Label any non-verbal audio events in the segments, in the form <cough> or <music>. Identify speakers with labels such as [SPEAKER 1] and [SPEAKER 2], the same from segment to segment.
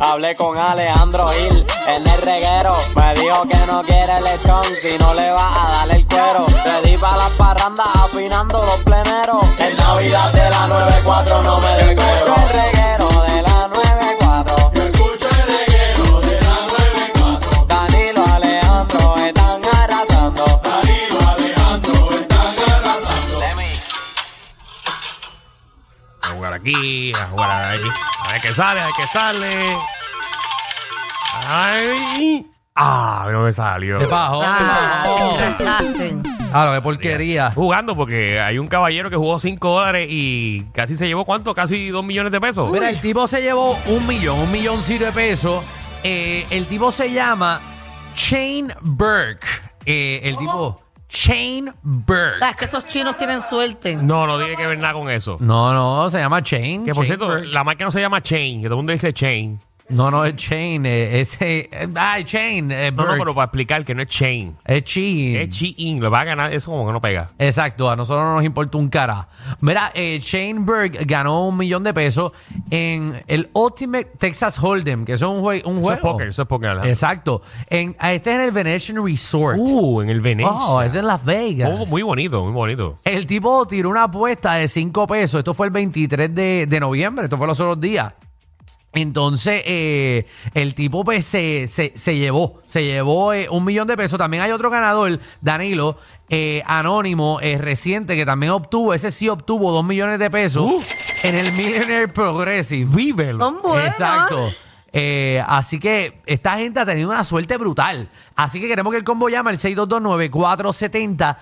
[SPEAKER 1] hablé con Alejandro Gil en el reguero. Me dijo que no quiere lechón si no le va a dar el cuero. Le di pa' las parrandas afinando los pleneros. En Navidad de la 94 no me descuero. el reguero de la 94.
[SPEAKER 2] Yo escucho el reguero de la 94.
[SPEAKER 1] Danilo Alejandro están arrasando.
[SPEAKER 2] Danilo Alejandro están arrasando.
[SPEAKER 3] A jugar aquí, a jugar ahí. A ver qué sale, a ver qué sale. Ay. Ah, no me salió.
[SPEAKER 4] Te bajó, te bajó.
[SPEAKER 3] Ah,
[SPEAKER 4] Claro, Ah, qué porquería.
[SPEAKER 3] Jugando porque hay un caballero que jugó 5 dólares y casi se llevó cuánto, casi 2 millones de pesos.
[SPEAKER 4] Mira, el tipo se llevó un millón, un milloncito de pesos. Eh, el tipo se llama Shane Burke. Eh, el tipo Shane Burke.
[SPEAKER 5] Ah, Es que esos chinos tienen suerte.
[SPEAKER 3] No, no tiene que ver nada con eso.
[SPEAKER 4] No, no, se llama Shane.
[SPEAKER 3] Que por
[SPEAKER 4] Shane
[SPEAKER 3] cierto,
[SPEAKER 4] Burke.
[SPEAKER 3] la marca no se llama Chain, que todo el mundo dice Chain.
[SPEAKER 4] No, no, es Shane. eh, ese, eh, ay, Shane. eh,
[SPEAKER 3] No, no,
[SPEAKER 4] Burke.
[SPEAKER 3] pero para explicar que no es Chain.
[SPEAKER 4] es Shane.
[SPEAKER 3] Es Chi-In, lo va a ganar, eso como que no pega.
[SPEAKER 4] Exacto, a nosotros no nos importa un cara. Mira, eh, Shane Burke ganó un millón de pesos en el Ultimate Texas Hold'em, que eso es un, jue- un
[SPEAKER 3] Eso
[SPEAKER 4] juego.
[SPEAKER 3] es póker, eso es póker. ajá.
[SPEAKER 4] Exacto. En, a este es en el Venetian Resort.
[SPEAKER 3] Uh, en el Venecia.
[SPEAKER 4] oh, es en Las Vegas.
[SPEAKER 3] Oh, muy bonito, muy bonito.
[SPEAKER 4] El tipo tiró una apuesta de 5 pesos. Esto fue el 23 de, de noviembre. Esto fue los otros días. Entonces, eh, el tipo pues, se, se- se llevó, se llevó eh, un millón de pesos. También hay otro ganador, Danilo, eh, anónimo, eh, reciente, que también obtuvo, ese sí obtuvo dos millones de pesos en el Millionaire Progressive.
[SPEAKER 3] Vívelo.
[SPEAKER 5] Son buenos.
[SPEAKER 4] Exacto. Eh, así que esta gente ha tenido una suerte brutal. Así que queremos que el combo llame al 6229470.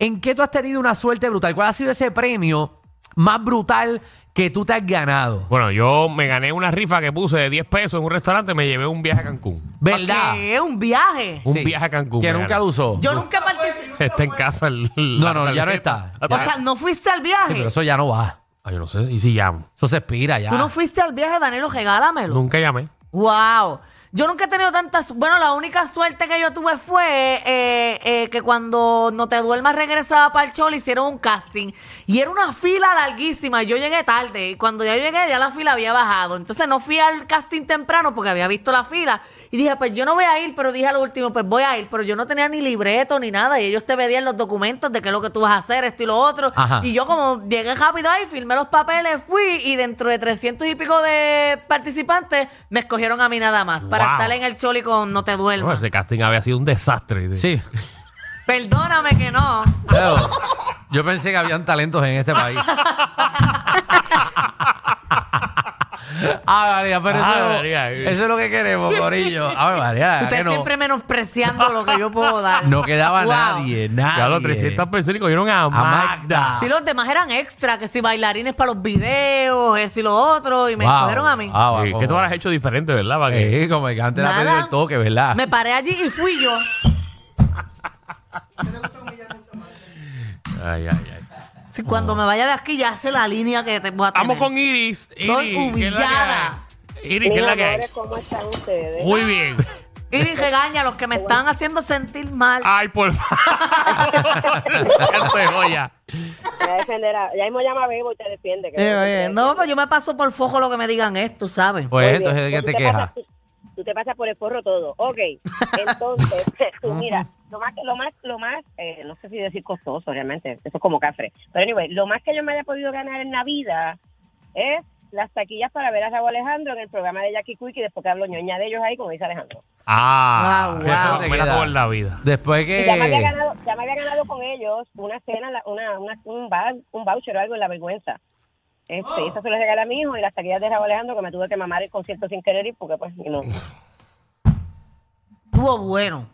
[SPEAKER 4] ¿En qué tú has tenido una suerte brutal? ¿Cuál ha sido ese premio más brutal que tú te has ganado?
[SPEAKER 3] Bueno, yo me gané una rifa que puse de 10 pesos en un restaurante, me llevé un viaje a Cancún.
[SPEAKER 4] ¿Verdad?
[SPEAKER 5] Es un viaje.
[SPEAKER 3] Un
[SPEAKER 4] Sí.
[SPEAKER 3] viaje a Cancún.
[SPEAKER 4] Que
[SPEAKER 3] me
[SPEAKER 4] nunca
[SPEAKER 3] gané.
[SPEAKER 4] lo usó.
[SPEAKER 5] Yo nunca participé.
[SPEAKER 3] <laughs> Está en casa el.
[SPEAKER 4] No, no, ya no está.
[SPEAKER 3] Ah,
[SPEAKER 5] O sea, no fuiste al viaje.
[SPEAKER 4] pues, Pero eso ya no va.
[SPEAKER 3] Ay, yo no sé. ¿Y si llamo?
[SPEAKER 4] Eso se expira ya.
[SPEAKER 5] Tú no fuiste al viaje, Danilo, regálamelo.
[SPEAKER 3] Nunca llamé.
[SPEAKER 5] Wow. Yo nunca he tenido tantas. Bueno, la única suerte que yo tuve fue eh, eh, que cuando No Te Duermas regresaba para el show, le hicieron un casting. Y era una fila larguísima. y Yo llegué tarde. Y cuando ya llegué, ya la fila había bajado. Entonces no fui al casting temprano porque había visto la fila. Y dije, pues yo no voy a ir, pero dije al último, pues voy a ir. Pero yo no tenía ni libreto ni nada. Y ellos te pedían los documentos de qué es lo que tú vas a hacer, esto y lo otro.
[SPEAKER 4] Ajá.
[SPEAKER 5] Y yo, como llegué rápido ahí, firmé los papeles, fui y dentro de 300 y pico de participantes, me escogieron a mí nada más para
[SPEAKER 3] Wow.
[SPEAKER 5] estar en el choli con No Te
[SPEAKER 3] No,
[SPEAKER 5] Duermas.
[SPEAKER 3] ese casting había sido un desastre.
[SPEAKER 4] Sí.
[SPEAKER 5] Perdóname que no.
[SPEAKER 4] Pero yo pensé que habían talentos en este país. Ah, María, pero eso,
[SPEAKER 3] Ave María.
[SPEAKER 4] eso es lo que queremos, Corillo. A ver, María,
[SPEAKER 5] Usted
[SPEAKER 4] que no,
[SPEAKER 5] siempre menospreciando lo que yo puedo
[SPEAKER 4] <laughs>
[SPEAKER 5] dar.
[SPEAKER 4] no quedaba
[SPEAKER 5] Wow.
[SPEAKER 4] nadie, nadie.
[SPEAKER 3] Ya los 300 personas y cogieron a,
[SPEAKER 4] a Magda.
[SPEAKER 5] Si los demás eran extra, que si bailarines para los videos, eso y lo otro, y me
[SPEAKER 4] Wow.
[SPEAKER 5] escogieron a mí.
[SPEAKER 4] Ah,
[SPEAKER 3] Eh,
[SPEAKER 4] vamos.
[SPEAKER 3] que tú habrás hecho diferente, ¿verdad? Para que-
[SPEAKER 4] Sí, como el que antes le ha
[SPEAKER 5] Nada.
[SPEAKER 4] pedido el toque, ¿verdad?
[SPEAKER 5] Me paré allí y fui yo.
[SPEAKER 3] Ay, ay, ay.
[SPEAKER 5] Si cuando me vaya de aquí ya sé la línea que te voy a tener.
[SPEAKER 3] Vamos con Iris.
[SPEAKER 5] Estoy
[SPEAKER 3] Iris, ¿qué es la que
[SPEAKER 5] humillada.
[SPEAKER 3] hay? Iris, ¿qué es la que hay?
[SPEAKER 6] amores, ¿cómo están ustedes?
[SPEAKER 3] Muy bien.
[SPEAKER 5] Y regaña a los que me están haciendo sentir mal.
[SPEAKER 3] Ay, por favor. <laughs> Santo de joya.
[SPEAKER 6] Ya defenderá. Ya mismo llama a Bebo y te defiende. que
[SPEAKER 5] Eh,
[SPEAKER 6] no te
[SPEAKER 5] oye,
[SPEAKER 6] crees.
[SPEAKER 5] no, pues yo me paso por fojo lo que me digan esto, ¿sabes?
[SPEAKER 4] Pues
[SPEAKER 6] Muy bien,
[SPEAKER 4] entonces es el que
[SPEAKER 6] tú
[SPEAKER 4] te queja.
[SPEAKER 6] pasas- tú, tú te pasas por el forro todo. Ok, entonces, <laughs> tú mira, lo más, que- lo más, lo más eh, no sé si decir costoso realmente, eso es como cafre. Pero anyway, lo más que yo me haya podido ganar en la vida es las taquillas para ver a Raúl Alejandro en el programa de Jackie Quick y después que hablo ñoña de ellos ahí, como dice Alejandro.
[SPEAKER 3] Ah,
[SPEAKER 5] Wow,
[SPEAKER 3] se fue
[SPEAKER 5] wow.
[SPEAKER 3] a comer a todo en la vida.
[SPEAKER 4] Después
[SPEAKER 6] Y ya me había
[SPEAKER 4] que.
[SPEAKER 6] ganado, ya me había ganado con ellos una cena, la- una, una- un, va- un voucher o algo en la vergüenza. Este, Esa se lo regalé a mi hijo y las taquillas de Raúl Alejandro que me tuve que mamar el concierto sin querer y porque pues ni modo.
[SPEAKER 5] Estuvo bueno.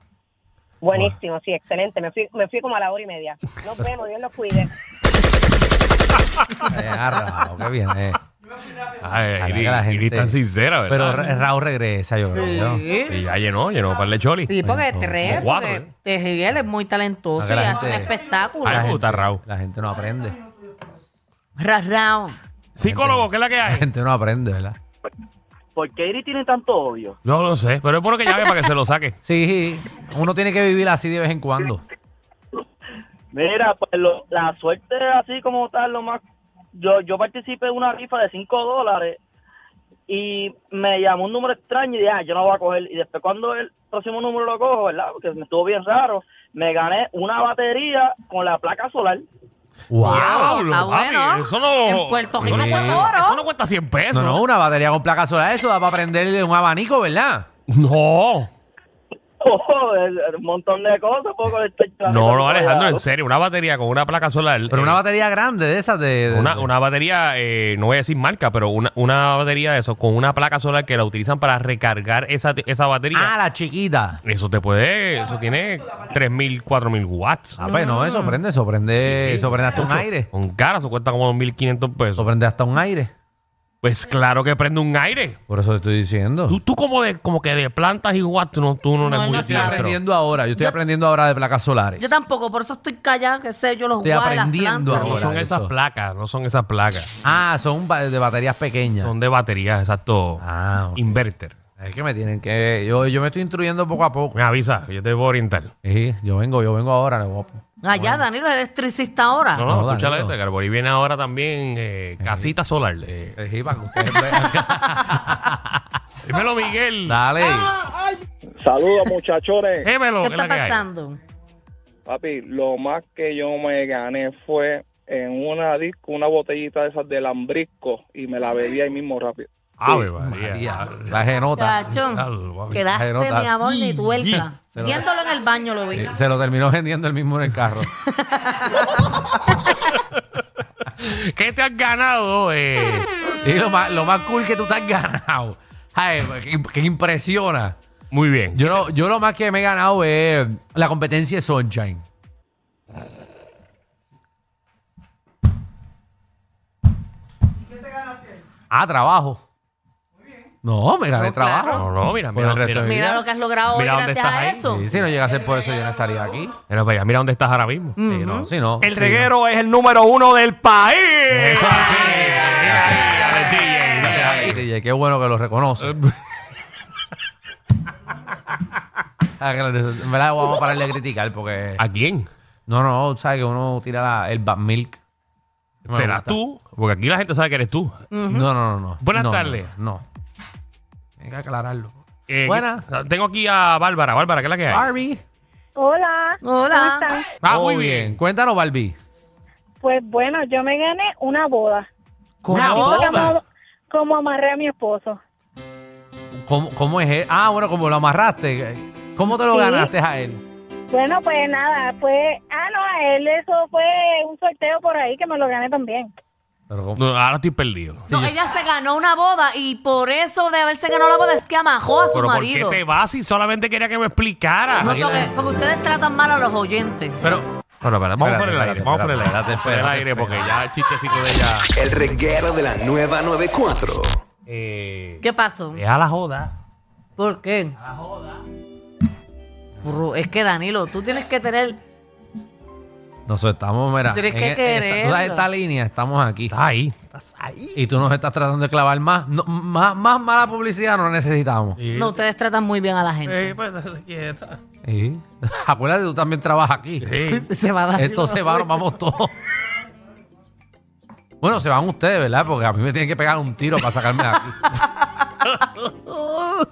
[SPEAKER 6] Buenísimo, sí, excelente. Me fui, me fui como a la hora y media. Nos vemos, Dios los cuide.
[SPEAKER 4] Eh, ah, Raúl, qué bien, eh.
[SPEAKER 3] Ay,
[SPEAKER 4] Ahora que
[SPEAKER 3] Iris,
[SPEAKER 4] la
[SPEAKER 3] Iris
[SPEAKER 4] gente-
[SPEAKER 3] tan sincera,
[SPEAKER 4] Pero
[SPEAKER 3] ¿verdad?
[SPEAKER 4] Ra- Raúl regresa, yo creo. ¿no?
[SPEAKER 5] Sí,
[SPEAKER 3] Y ya llenó, llenó para el choli.
[SPEAKER 5] sí porque
[SPEAKER 4] Como
[SPEAKER 5] te re,
[SPEAKER 3] cuatro,
[SPEAKER 5] porque
[SPEAKER 3] ¿eh?
[SPEAKER 5] te re, él es muy talentoso
[SPEAKER 4] Para
[SPEAKER 5] y
[SPEAKER 4] que la
[SPEAKER 5] hace un
[SPEAKER 4] gente-
[SPEAKER 5] espectáculo.
[SPEAKER 3] Ay,
[SPEAKER 4] La
[SPEAKER 3] me gusta
[SPEAKER 4] gente-
[SPEAKER 3] Raúl.
[SPEAKER 4] La gente no aprende.
[SPEAKER 5] Ra, ra. um,
[SPEAKER 3] Psicólogo, ¿qué es la que
[SPEAKER 4] La
[SPEAKER 3] hay?
[SPEAKER 4] gente no aprende, ¿verdad?
[SPEAKER 7] ¿Por qué Iris tiene tanto odio?
[SPEAKER 3] No lo sé, pero es bueno que llame para que se lo <laughs> saque.
[SPEAKER 4] Sí, uno tiene que vivir así de vez en cuando.
[SPEAKER 7] Mira, pues lo- la suerte así como tal, lo más... Yo, yo participé en una rifa de 5 dólares y me llamó un número extraño y dije, ah, yo no lo voy a coger. Y después cuando el próximo número lo cojo, ¿verdad? Porque me estuvo bien raro, me gané una batería con la placa solar. <laughs>
[SPEAKER 4] ¡Wow!
[SPEAKER 5] está
[SPEAKER 3] papi,
[SPEAKER 5] bueno.
[SPEAKER 3] Eso no.
[SPEAKER 5] En Puerto
[SPEAKER 3] eso
[SPEAKER 5] Rico
[SPEAKER 3] no
[SPEAKER 5] fue
[SPEAKER 3] cuesta-
[SPEAKER 5] oro.
[SPEAKER 3] Eso no cuesta 100 pesos.
[SPEAKER 4] No, no, una batería con placa solar, eso da para prenderle un abanico, ¿verdad?
[SPEAKER 3] No.
[SPEAKER 7] Oh, es- es un montón de cosas. puedo conectar
[SPEAKER 3] No,
[SPEAKER 7] chavito
[SPEAKER 3] no,
[SPEAKER 7] por
[SPEAKER 3] Alejandro,
[SPEAKER 7] allá.
[SPEAKER 3] en serio. Una batería con una placa solar.
[SPEAKER 4] Pero una
[SPEAKER 3] eh,
[SPEAKER 4] batería grande de esas de... de-
[SPEAKER 3] Una, una batería, eh, no voy a decir marca, pero una, una batería de eso, con una placa solar que la utilizan para recargar esa, esa batería.
[SPEAKER 4] Ah, la chiquita.
[SPEAKER 3] Eso te puede, eso tiene 3.000, 4.000 watts.
[SPEAKER 4] Ah, pues no, eso prende, eso prende, eso prende hasta un aire.
[SPEAKER 3] Con cara, eso cuesta como 2.500
[SPEAKER 4] Eso
[SPEAKER 3] pesos.
[SPEAKER 4] prende hasta un aire.
[SPEAKER 3] Pues claro que prende un aire.
[SPEAKER 4] Por eso te estoy diciendo.
[SPEAKER 3] Tú, tú como, de, como que de plantas y watts, no, tú no,
[SPEAKER 5] No,
[SPEAKER 3] eres
[SPEAKER 5] él
[SPEAKER 3] muy
[SPEAKER 5] no
[SPEAKER 4] Estoy
[SPEAKER 5] sabe.
[SPEAKER 3] diestro.
[SPEAKER 4] aprendiendo ahora, yo estoy
[SPEAKER 5] Yo-
[SPEAKER 4] aprendiendo ahora de placas solares.
[SPEAKER 5] Yo tampoco, por eso estoy callada, que sé yo los
[SPEAKER 4] Estoy
[SPEAKER 5] guay, las
[SPEAKER 4] aprendiendo
[SPEAKER 5] plantas.
[SPEAKER 3] No
[SPEAKER 4] ahora.
[SPEAKER 3] son
[SPEAKER 4] Eso.
[SPEAKER 3] esas placas, no son esas placas.
[SPEAKER 4] Ah, son ba- de baterías pequeñas.
[SPEAKER 3] Son de baterías, exacto.
[SPEAKER 4] Ah, ok.
[SPEAKER 3] Inverter.
[SPEAKER 4] Es que me tienen que... Yo, yo me estoy instruyendo poco a poco.
[SPEAKER 3] Me avisa, yo te voy a orientar.
[SPEAKER 4] Sí, yo vengo, yo vengo ahora. le voy a-
[SPEAKER 5] Allá, Danilo, eres electricista ahora.
[SPEAKER 3] No, no,
[SPEAKER 4] Ah, No,
[SPEAKER 3] escúchala
[SPEAKER 4] Danilo.
[SPEAKER 3] esta, Carbori viene ahora también eh, Casita Solar. eh.
[SPEAKER 4] Sí, para que ustedes
[SPEAKER 3] <laughs>
[SPEAKER 4] vean.
[SPEAKER 3] Dímelo, Miguel.
[SPEAKER 4] Dale.
[SPEAKER 3] Ah.
[SPEAKER 8] Saludos
[SPEAKER 3] <laughs>
[SPEAKER 8] muchachones.
[SPEAKER 3] Dímelo,
[SPEAKER 5] ¿Qué
[SPEAKER 3] ¿qué es
[SPEAKER 5] está
[SPEAKER 3] la que hay?
[SPEAKER 5] pasando?
[SPEAKER 8] Papi, lo más que yo me gané fue en una disco, una botellita de esas de lambrisco y me la bebí ahí mismo rápido.
[SPEAKER 3] Ave María.
[SPEAKER 4] María,
[SPEAKER 3] Ah,
[SPEAKER 4] La genota.
[SPEAKER 5] Chacho,
[SPEAKER 3] diablo, papi.
[SPEAKER 5] quedaste,
[SPEAKER 4] Ay, no, ta-
[SPEAKER 5] mi amor, ni tuerca.
[SPEAKER 4] Se lo-
[SPEAKER 5] Viéndolo en el baño lo vi.
[SPEAKER 4] Eh, Se lo terminó vendiendo el mismo en el carro.
[SPEAKER 3] ¿Qué te has ganado? eh?
[SPEAKER 4] <laughs> Y lo más, lo más cool que tú te has ganado. Ay, que, que impresiona.
[SPEAKER 3] Muy bien.
[SPEAKER 4] Yo, no- yo lo más que me he ganado es la competencia de Sunshine. Ah, trabajo. No, mira, de
[SPEAKER 5] No, claro.
[SPEAKER 4] trabajo.
[SPEAKER 3] No, no, mira,
[SPEAKER 4] Por
[SPEAKER 3] mira,
[SPEAKER 4] el resto
[SPEAKER 3] mira.
[SPEAKER 4] de mi
[SPEAKER 5] Mira
[SPEAKER 4] vida.
[SPEAKER 5] lo que has logrado hoy
[SPEAKER 3] Mira dónde
[SPEAKER 5] gracias a
[SPEAKER 3] estás ahí.
[SPEAKER 5] eso.
[SPEAKER 4] Sí, si no llegase por eso, yo no estaría aquí.
[SPEAKER 3] Mira, para allá, mira dónde estás ahora mismo.
[SPEAKER 4] Sí, no, sí, no.
[SPEAKER 1] El
[SPEAKER 4] sí,
[SPEAKER 1] reguero es el número uno del país.
[SPEAKER 3] Eso es así. Mira ahí, dale, DJ,
[SPEAKER 4] no.
[SPEAKER 3] dale,
[SPEAKER 4] Ay,
[SPEAKER 3] ahí. Eh,
[SPEAKER 4] DJ, qué bueno que lo reconoce. <laughs> Ah, claro, en verdad, vamos a parar de criticar porque.
[SPEAKER 3] ¿A quién?
[SPEAKER 4] No, no, sabes que uno tira la- el bad milk. No me
[SPEAKER 3] ¿Serás
[SPEAKER 4] gusta.
[SPEAKER 3] tú? Porque aquí la gente sabe que eres tú.
[SPEAKER 4] No, no, no, no.
[SPEAKER 3] Buenas
[SPEAKER 4] No, no,
[SPEAKER 3] tardes.
[SPEAKER 4] No. no. Hay que aclararlo.
[SPEAKER 3] Eh,
[SPEAKER 4] Buenas.
[SPEAKER 3] ¿qué- Tengo aquí a Bárbara. Bárbara, ¿qué es la que hay?
[SPEAKER 4] Barbie.
[SPEAKER 9] Hola. ¿Cómo
[SPEAKER 5] Hola.
[SPEAKER 9] están?
[SPEAKER 3] Ah,
[SPEAKER 4] Oh,
[SPEAKER 3] muy bien.
[SPEAKER 4] Cuéntanos, Barbie.
[SPEAKER 9] Pues bueno, yo me gané una boda.
[SPEAKER 4] Una
[SPEAKER 5] boda.
[SPEAKER 9] Como, como amarré a mi esposo.
[SPEAKER 4] ¿Cómo, cómo es él? Ah, bueno, como lo amarraste. ¿Cómo te lo
[SPEAKER 9] Sí.
[SPEAKER 4] ganaste a él?
[SPEAKER 9] Bueno, pues nada, pues. Ah, no, a él eso fue un sorteo por ahí que me lo gané también.
[SPEAKER 4] Pero ¿cómo?
[SPEAKER 3] No, ahora estoy perdido.
[SPEAKER 5] No, ella se ganó una boda y por eso de haberse ganado la boda es que amajó a su
[SPEAKER 3] Pero ¿por qué
[SPEAKER 5] marido.
[SPEAKER 3] te vas si solamente quería que me explicara?
[SPEAKER 5] No, porque, porque ustedes tratan mal a los oyentes.
[SPEAKER 4] Pero.
[SPEAKER 3] Bueno, espera, vamos
[SPEAKER 4] Espérate,
[SPEAKER 3] fuera del aire,
[SPEAKER 4] espérate,
[SPEAKER 3] vamos fuera del aire.
[SPEAKER 4] espérate,
[SPEAKER 3] fuera del
[SPEAKER 4] espérate,
[SPEAKER 3] aire porque
[SPEAKER 4] espérate.
[SPEAKER 3] ya el chistecito de ella.
[SPEAKER 10] El reguero de la nueva 94.
[SPEAKER 3] Eh,
[SPEAKER 5] ¿Qué pasó?
[SPEAKER 3] deja la joda.
[SPEAKER 5] ¿Por qué? Burro, es que Danilo, tú tienes que tener.
[SPEAKER 4] Nosotros estamos, mira.
[SPEAKER 5] Tienes
[SPEAKER 4] en
[SPEAKER 5] que
[SPEAKER 4] e- esta-
[SPEAKER 5] quererlo.
[SPEAKER 4] tú sabes, esta línea, estamos aquí.
[SPEAKER 3] Estás ahí. Estás ahí.
[SPEAKER 4] Y tú nos estás tratando de clavar más. no, más, más mala publicidad no necesitamos.
[SPEAKER 5] No, ustedes tratan muy bien a la gente.
[SPEAKER 3] Eh, pues, <laughs> quieta.
[SPEAKER 4] Sí. <laughs> Acuérdate, tú también trabajas aquí.
[SPEAKER 3] Sí.
[SPEAKER 5] <laughs> Se va a dar.
[SPEAKER 4] Esto se va, nos vamos todos. Bueno, se van ustedes, ¿verdad? Porque a mí me tienen que pegar un tiro para sacarme de aquí.
[SPEAKER 5] <laughs>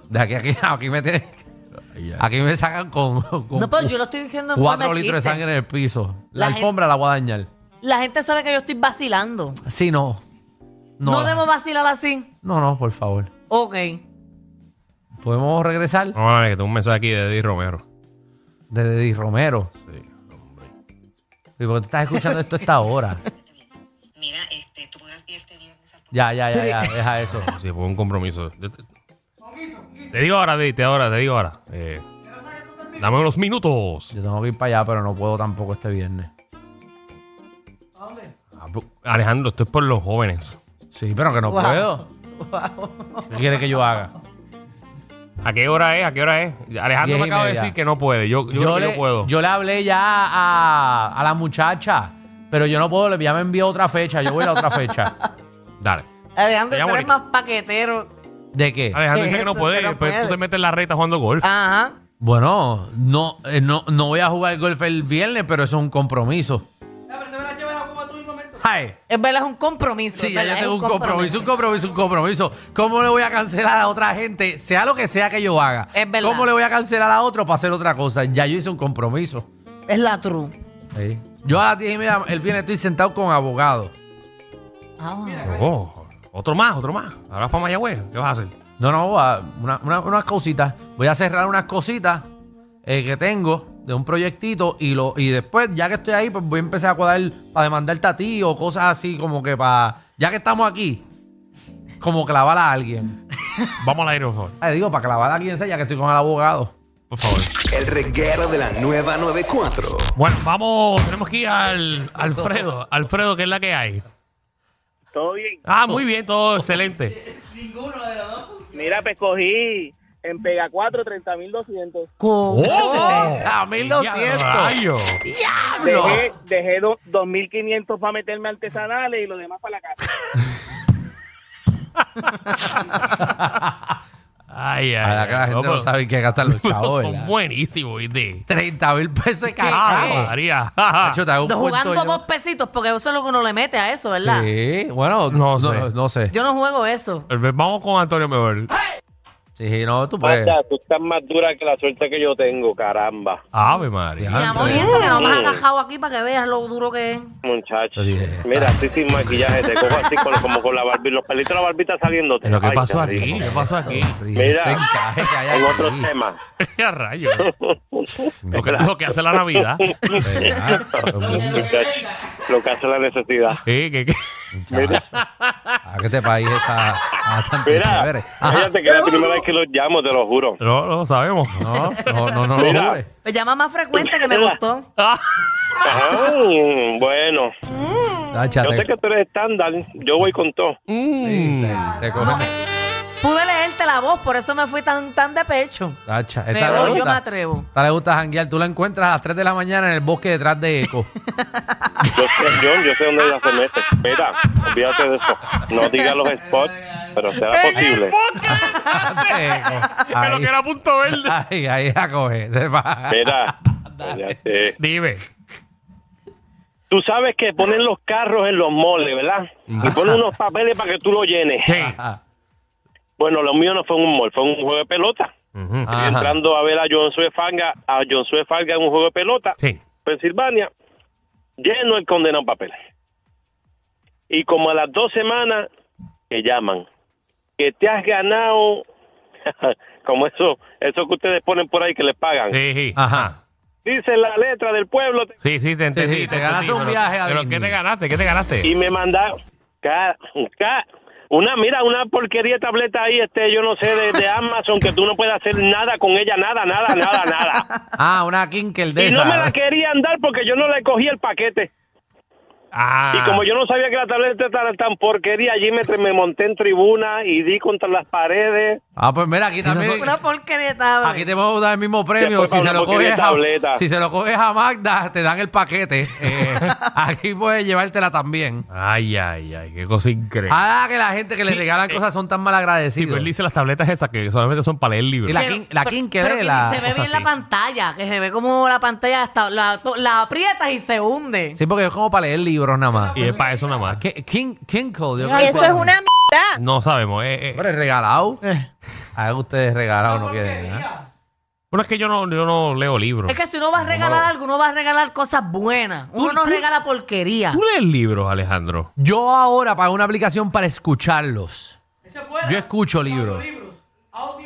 [SPEAKER 4] De aquí a aquí, aquí me tienen. Aquí me sacan con, con
[SPEAKER 5] No, pero yo lo estoy diciendo en
[SPEAKER 4] cuatro
[SPEAKER 5] forma de
[SPEAKER 4] litros de
[SPEAKER 5] chiste.
[SPEAKER 4] sangre en el piso. La,
[SPEAKER 5] La gente-
[SPEAKER 4] alfombra la voy a dañar.
[SPEAKER 5] La gente sabe que yo estoy vacilando.
[SPEAKER 4] Sí, no. No,
[SPEAKER 5] No, debo vacilar así.
[SPEAKER 4] no, no, por favor.
[SPEAKER 5] Ok.
[SPEAKER 4] ¿Podemos regresar?
[SPEAKER 3] No, vale, que tengo un mensaje aquí de Eddie Romero.
[SPEAKER 4] De Deddy Romero. Sí, ¿Por qué tú estás escuchando esto a esta hora?
[SPEAKER 11] <laughs> Mira, este, tú podrás ir este viernes al
[SPEAKER 4] Ya, ya, ya, ya, deja eso.
[SPEAKER 3] Sí, fue un compromiso. Yo Te, te digo ahora, Eddie, te ahora, te digo ahora. Eh, dame unos minutos.
[SPEAKER 4] Yo tengo que ir para allá, pero no puedo tampoco este viernes.
[SPEAKER 3] Ah, bu- Alejandro, esto es por los jóvenes.
[SPEAKER 4] Sí, pero que no
[SPEAKER 5] Wow.
[SPEAKER 4] puedo. ¿Qué quieres que yo haga?
[SPEAKER 3] ¿A qué hora es? ¿A qué hora es? Alejandro
[SPEAKER 4] Diez
[SPEAKER 3] me
[SPEAKER 4] y
[SPEAKER 3] acaba de
[SPEAKER 4] media.
[SPEAKER 3] decir que no puede. Yo, yo, creo que yo puedo.
[SPEAKER 4] yo le hablé ya a, a la muchacha, pero yo no puedo, ya me envió otra fecha, yo voy a la otra fecha.
[SPEAKER 3] Dale.
[SPEAKER 5] Alejandro,
[SPEAKER 3] Ya,
[SPEAKER 5] tú eres
[SPEAKER 3] bonito.
[SPEAKER 5] más paquetero.
[SPEAKER 4] ¿De qué?
[SPEAKER 3] Alejandro dice que no
[SPEAKER 5] Eso,
[SPEAKER 3] puede.
[SPEAKER 5] que no
[SPEAKER 3] después tú
[SPEAKER 5] puede. Ah.
[SPEAKER 3] te metes en la reta jugando golf.
[SPEAKER 5] Ajá.
[SPEAKER 4] Bueno, no, eh, no, no voy a jugar golf el viernes, pero eso es un compromiso. ¿Sabes?
[SPEAKER 5] Es verdad, es un compromiso.
[SPEAKER 4] Sí,
[SPEAKER 5] es
[SPEAKER 4] ya
[SPEAKER 5] verdad,
[SPEAKER 4] yo
[SPEAKER 5] es
[SPEAKER 4] tengo un compromiso, un compromiso, un compromiso. ¿Cómo le voy a cancelar a otra gente, sea lo que sea que yo haga?
[SPEAKER 5] Es verdad.
[SPEAKER 4] ¿Cómo le voy a cancelar a otro para hacer otra cosa? Ya yo hice un compromiso.
[SPEAKER 5] Es la true.
[SPEAKER 4] Sí. Yo a las 10 y media, el viernes estoy sentado con abogado.
[SPEAKER 5] Ah.
[SPEAKER 3] Oh, otro más, otro más. Ahora para Mayagüez. ¿Qué vas a hacer?
[SPEAKER 4] No, no, a- una- una- unas cositas. Voy a cerrar unas cositas eh, que tengo de un proyectito y lo y después, ya que estoy ahí, pues voy a empezar a cuadrar para demandarte a ti o cosas así como que para... Ya que estamos aquí, como clavar a alguien.
[SPEAKER 3] Vamos al aire, por favor.
[SPEAKER 4] Ay, digo, para clavar a alguien, sea, ya que estoy con el abogado.
[SPEAKER 3] Por favor.
[SPEAKER 10] El reguero de la nueva 94.
[SPEAKER 3] Bueno, vamos. Tenemos que ir al Alfredo. Alfredo, ¿qué es la que hay?
[SPEAKER 12] Todo bien.
[SPEAKER 3] Ah, muy bien, todo excelente.
[SPEAKER 12] Mira, pues cogí en Pega 4 30.200.
[SPEAKER 5] ¿Cómo?
[SPEAKER 4] <laughs> Oh.
[SPEAKER 3] Oh.
[SPEAKER 4] ¡A 1200!
[SPEAKER 3] ¡Rayo!
[SPEAKER 4] ¡Diablo!
[SPEAKER 12] Dejé, dejé do- 2.500 para meterme artesanales y lo demás para la casa.
[SPEAKER 3] Ay, ay.
[SPEAKER 4] Ahora que la
[SPEAKER 3] ay.
[SPEAKER 4] gente no
[SPEAKER 3] pero-
[SPEAKER 4] sabe en qué gastar los
[SPEAKER 3] pero <laughs>
[SPEAKER 4] chavos,
[SPEAKER 3] Son
[SPEAKER 4] ¿verdad?
[SPEAKER 3] buenísimos, ¿viste?
[SPEAKER 4] 30 mil pesos de
[SPEAKER 3] Ah,
[SPEAKER 4] carajo.
[SPEAKER 3] María. <laughs>
[SPEAKER 4] Nacho, te hago un
[SPEAKER 5] Jugando
[SPEAKER 4] cuento yo.
[SPEAKER 5] dos pesitos, porque eso es lo que uno le mete a eso, ¿verdad?
[SPEAKER 4] Sí, bueno, no,
[SPEAKER 3] No
[SPEAKER 4] sé.
[SPEAKER 3] sé.
[SPEAKER 4] No, sé.
[SPEAKER 5] Yo no juego eso.
[SPEAKER 3] Eh, Vamos con Antonio mejor.
[SPEAKER 4] Sí, no, tú
[SPEAKER 3] Pues.
[SPEAKER 4] puedes.
[SPEAKER 12] tú estás más dura que la suerte que yo tengo, caramba.
[SPEAKER 3] Ave María.
[SPEAKER 5] Mi amor, y
[SPEAKER 4] Diantre.
[SPEAKER 5] eso que no me has agajado aquí para que veas lo duro que es.
[SPEAKER 12] Muchacho.
[SPEAKER 4] Oye.
[SPEAKER 12] Mira, estoy sin maquillaje, te cojo así con- como con la barbita, los pelitos de la barbita saliéndote.
[SPEAKER 3] ¿Pero qué
[SPEAKER 12] Ay,
[SPEAKER 3] pasó
[SPEAKER 12] rico.
[SPEAKER 3] aquí? ¿Qué pasó aquí? <laughs>
[SPEAKER 12] Mira,
[SPEAKER 4] Este encaje que hay
[SPEAKER 12] En
[SPEAKER 4] aquí.
[SPEAKER 12] otros temas.
[SPEAKER 3] ¡Qué rayo! Lo que, lo que hace la
[SPEAKER 12] <laughs>
[SPEAKER 3] Navidad.
[SPEAKER 4] ¿Verdad?
[SPEAKER 12] Muchacho, Lo que hace la necesidad.
[SPEAKER 3] Sí, que- que-
[SPEAKER 4] Muchacho. ¿A qué te Ah, este país está bastante
[SPEAKER 12] Mira,
[SPEAKER 4] chévere? Ajá.
[SPEAKER 12] fíjate que es la primera vez que los llamo, te lo juro.
[SPEAKER 3] No, no sabemos.
[SPEAKER 4] No, no, no, no lo
[SPEAKER 12] Mira.
[SPEAKER 4] jures.
[SPEAKER 5] Me llama más frecuente que me
[SPEAKER 12] Mira.
[SPEAKER 5] gustó.
[SPEAKER 12] Ajá, Mm, bueno,
[SPEAKER 4] Nacha,
[SPEAKER 12] yo
[SPEAKER 4] te,
[SPEAKER 12] sé que tú eres estándar, yo voy con todo.
[SPEAKER 4] sí, te, te coge.
[SPEAKER 5] Pude leerte la voz, por eso me fui tan, tan de pecho.
[SPEAKER 4] Nacha, esta
[SPEAKER 5] Me
[SPEAKER 4] le
[SPEAKER 5] voy, yo
[SPEAKER 4] gusta-
[SPEAKER 5] me atrevo.
[SPEAKER 4] Esta le gusta janguear. Tú la encuentras a las 3 de la mañana en el bosque detrás de
[SPEAKER 5] <laughs>
[SPEAKER 4] Eco. <laughs>
[SPEAKER 12] Yo sé, yo, yo sé dónde ella se mete. Espera, olvídate de eso. No diga los spots, pero será posible.
[SPEAKER 3] <laughs>
[SPEAKER 4] Ahí.
[SPEAKER 3] Pero que era punto verde.
[SPEAKER 4] Ay, ahí la coge.
[SPEAKER 12] Espera, cállate.
[SPEAKER 3] Dime.
[SPEAKER 12] Tú sabes que ponen los carros en los moles, ¿verdad? Y ponen unos papeles para que tú lo llenes.
[SPEAKER 3] Sí.
[SPEAKER 4] Ah,
[SPEAKER 12] Bueno, lo mío no fue en un mall, fue en un juego de pelota.
[SPEAKER 3] Ujú.
[SPEAKER 4] Ah.
[SPEAKER 12] Y entrando a ver a John Fanga, a John Fanga en un juego de pelota,
[SPEAKER 3] Sí.
[SPEAKER 12] Pensilvania, lleno el condenado papel. Y como a las dos semanas que llaman, que te has ganado, <laughs> como eso, eso que ustedes ponen por ahí que les pagan.
[SPEAKER 3] Sí, sí.
[SPEAKER 4] Ajá.
[SPEAKER 12] Dice la letra del pueblo te-
[SPEAKER 3] Sí, sí, te entendí.
[SPEAKER 4] sí, te
[SPEAKER 3] entendí,
[SPEAKER 4] ganaste un
[SPEAKER 3] pero-
[SPEAKER 4] viaje a
[SPEAKER 3] Pero
[SPEAKER 4] Disney.
[SPEAKER 3] ¿qué te ganaste? ¿Qué te ganaste?
[SPEAKER 12] y me mandaron ca- ca- una, mira, una porquería de tableta ahí, este, yo no sé, de, de Amazon, que tú no puedes hacer nada con ella, nada, nada, nada, nada.
[SPEAKER 4] Ah, una Kinkel <laughs> de
[SPEAKER 12] Y no
[SPEAKER 4] esa. ¿eh?
[SPEAKER 12] me la querían dar porque yo no le cogí el paquete.
[SPEAKER 3] Ah.
[SPEAKER 12] Y como yo no sabía que la tableta era tan porquería, allí me, me monté en tribuna y di contra las paredes.
[SPEAKER 4] Ah, pues mira, aquí también.
[SPEAKER 5] Una porquería de tabla.
[SPEAKER 4] Aquí te vamos a dar el mismo premio.
[SPEAKER 12] Después
[SPEAKER 4] Si se, lo
[SPEAKER 12] hablamos que
[SPEAKER 4] coges
[SPEAKER 12] de
[SPEAKER 4] a,
[SPEAKER 12] tableta.
[SPEAKER 4] si se lo coges a Magda, te dan el paquete. Eh,
[SPEAKER 3] <laughs>
[SPEAKER 4] aquí puedes llevártela también.
[SPEAKER 3] Ay, ay, ay. Qué cosa increíble.
[SPEAKER 4] Ah, que la gente que le
[SPEAKER 3] Sí,
[SPEAKER 4] regalan
[SPEAKER 3] eh,
[SPEAKER 4] cosas son
[SPEAKER 3] Sí,
[SPEAKER 4] tan
[SPEAKER 3] pues, pero
[SPEAKER 4] malagradecidos.
[SPEAKER 3] él dice las tabletas esas que solamente son para leer libros.
[SPEAKER 4] Y la
[SPEAKER 5] Pero-
[SPEAKER 4] kin- la
[SPEAKER 5] pero-
[SPEAKER 4] kin que
[SPEAKER 5] pero
[SPEAKER 4] ve
[SPEAKER 5] ni
[SPEAKER 4] la
[SPEAKER 5] se ve
[SPEAKER 4] cosa
[SPEAKER 5] bien la
[SPEAKER 4] así.
[SPEAKER 5] pantalla, que se ve como la pantalla hasta la, to- la aprietas y se hunde.
[SPEAKER 4] Sí, porque es como para leer libros nada más.
[SPEAKER 3] Y es para eso nada más.
[SPEAKER 4] ¿Qué- Kin- Kinkel, yo creo que
[SPEAKER 13] Eso es una Eh. mierda.
[SPEAKER 3] No sabemos. eh, eh.
[SPEAKER 4] Hombre, regalado. A ustedes regalado no quieren. ¿eh?
[SPEAKER 3] Bueno, es que yo no, yo no leo libros.
[SPEAKER 5] Es que si uno va a regalar algo, uno va a regalar cosas buenas. Uno no regala porquería.
[SPEAKER 3] ¿Tú lees libros, Alejandro?
[SPEAKER 4] Yo ahora pago una aplicación para escucharlos. Yo escucho libros.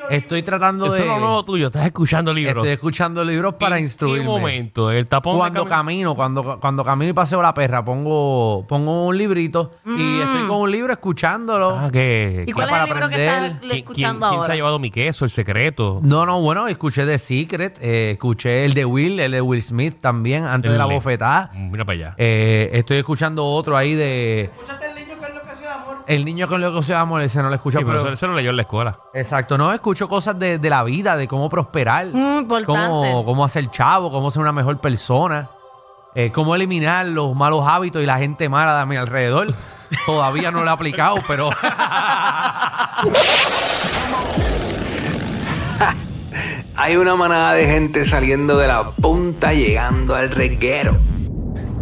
[SPEAKER 4] Estoy tratando
[SPEAKER 3] Eso
[SPEAKER 4] de.
[SPEAKER 3] es lo nuevo tuyo. Estás escuchando libros.
[SPEAKER 4] Estoy escuchando libros para
[SPEAKER 3] ¿En
[SPEAKER 4] instruirme.
[SPEAKER 3] qué momento? ¿El tapón de
[SPEAKER 4] cuando
[SPEAKER 3] cami-
[SPEAKER 4] camino, cuando, cuando camino y paseo la perra, pongo, pongo un librito y estoy con un libro escuchándolo.
[SPEAKER 3] Mm. Ah, que...
[SPEAKER 5] ¿Y cuál es
[SPEAKER 4] para
[SPEAKER 5] el libro que
[SPEAKER 4] aprender.
[SPEAKER 5] estás le-
[SPEAKER 3] ¿Quién-
[SPEAKER 5] escuchando
[SPEAKER 3] quién, quién se
[SPEAKER 5] ahora?
[SPEAKER 3] ha llevado mi queso? El secreto.
[SPEAKER 4] No, no, bueno, escuché The Secret, eh, escuché el de Will, el de Will Smith también, antes de la
[SPEAKER 3] El-
[SPEAKER 4] bofetada.
[SPEAKER 3] Mira para allá.
[SPEAKER 4] Eh, estoy escuchando otro ahí de. el niño con lo que se amor? El niño con lo que se amor, ese no lo escucho,
[SPEAKER 3] Sí, pero
[SPEAKER 4] pero-
[SPEAKER 3] eso, eso lo leyó en la escuela.
[SPEAKER 4] Exacto, no, escucho cosas de, de la vida, de cómo prosperar,
[SPEAKER 5] Mm, importante.
[SPEAKER 4] cómo, cómo hacer chavo, cómo ser una mejor persona, eh, cómo eliminar los malos hábitos y la gente mala de mi alrededor. Todavía no lo he aplicado, pero
[SPEAKER 10] Hay una manada de gente saliendo de la punta llegando al reguero.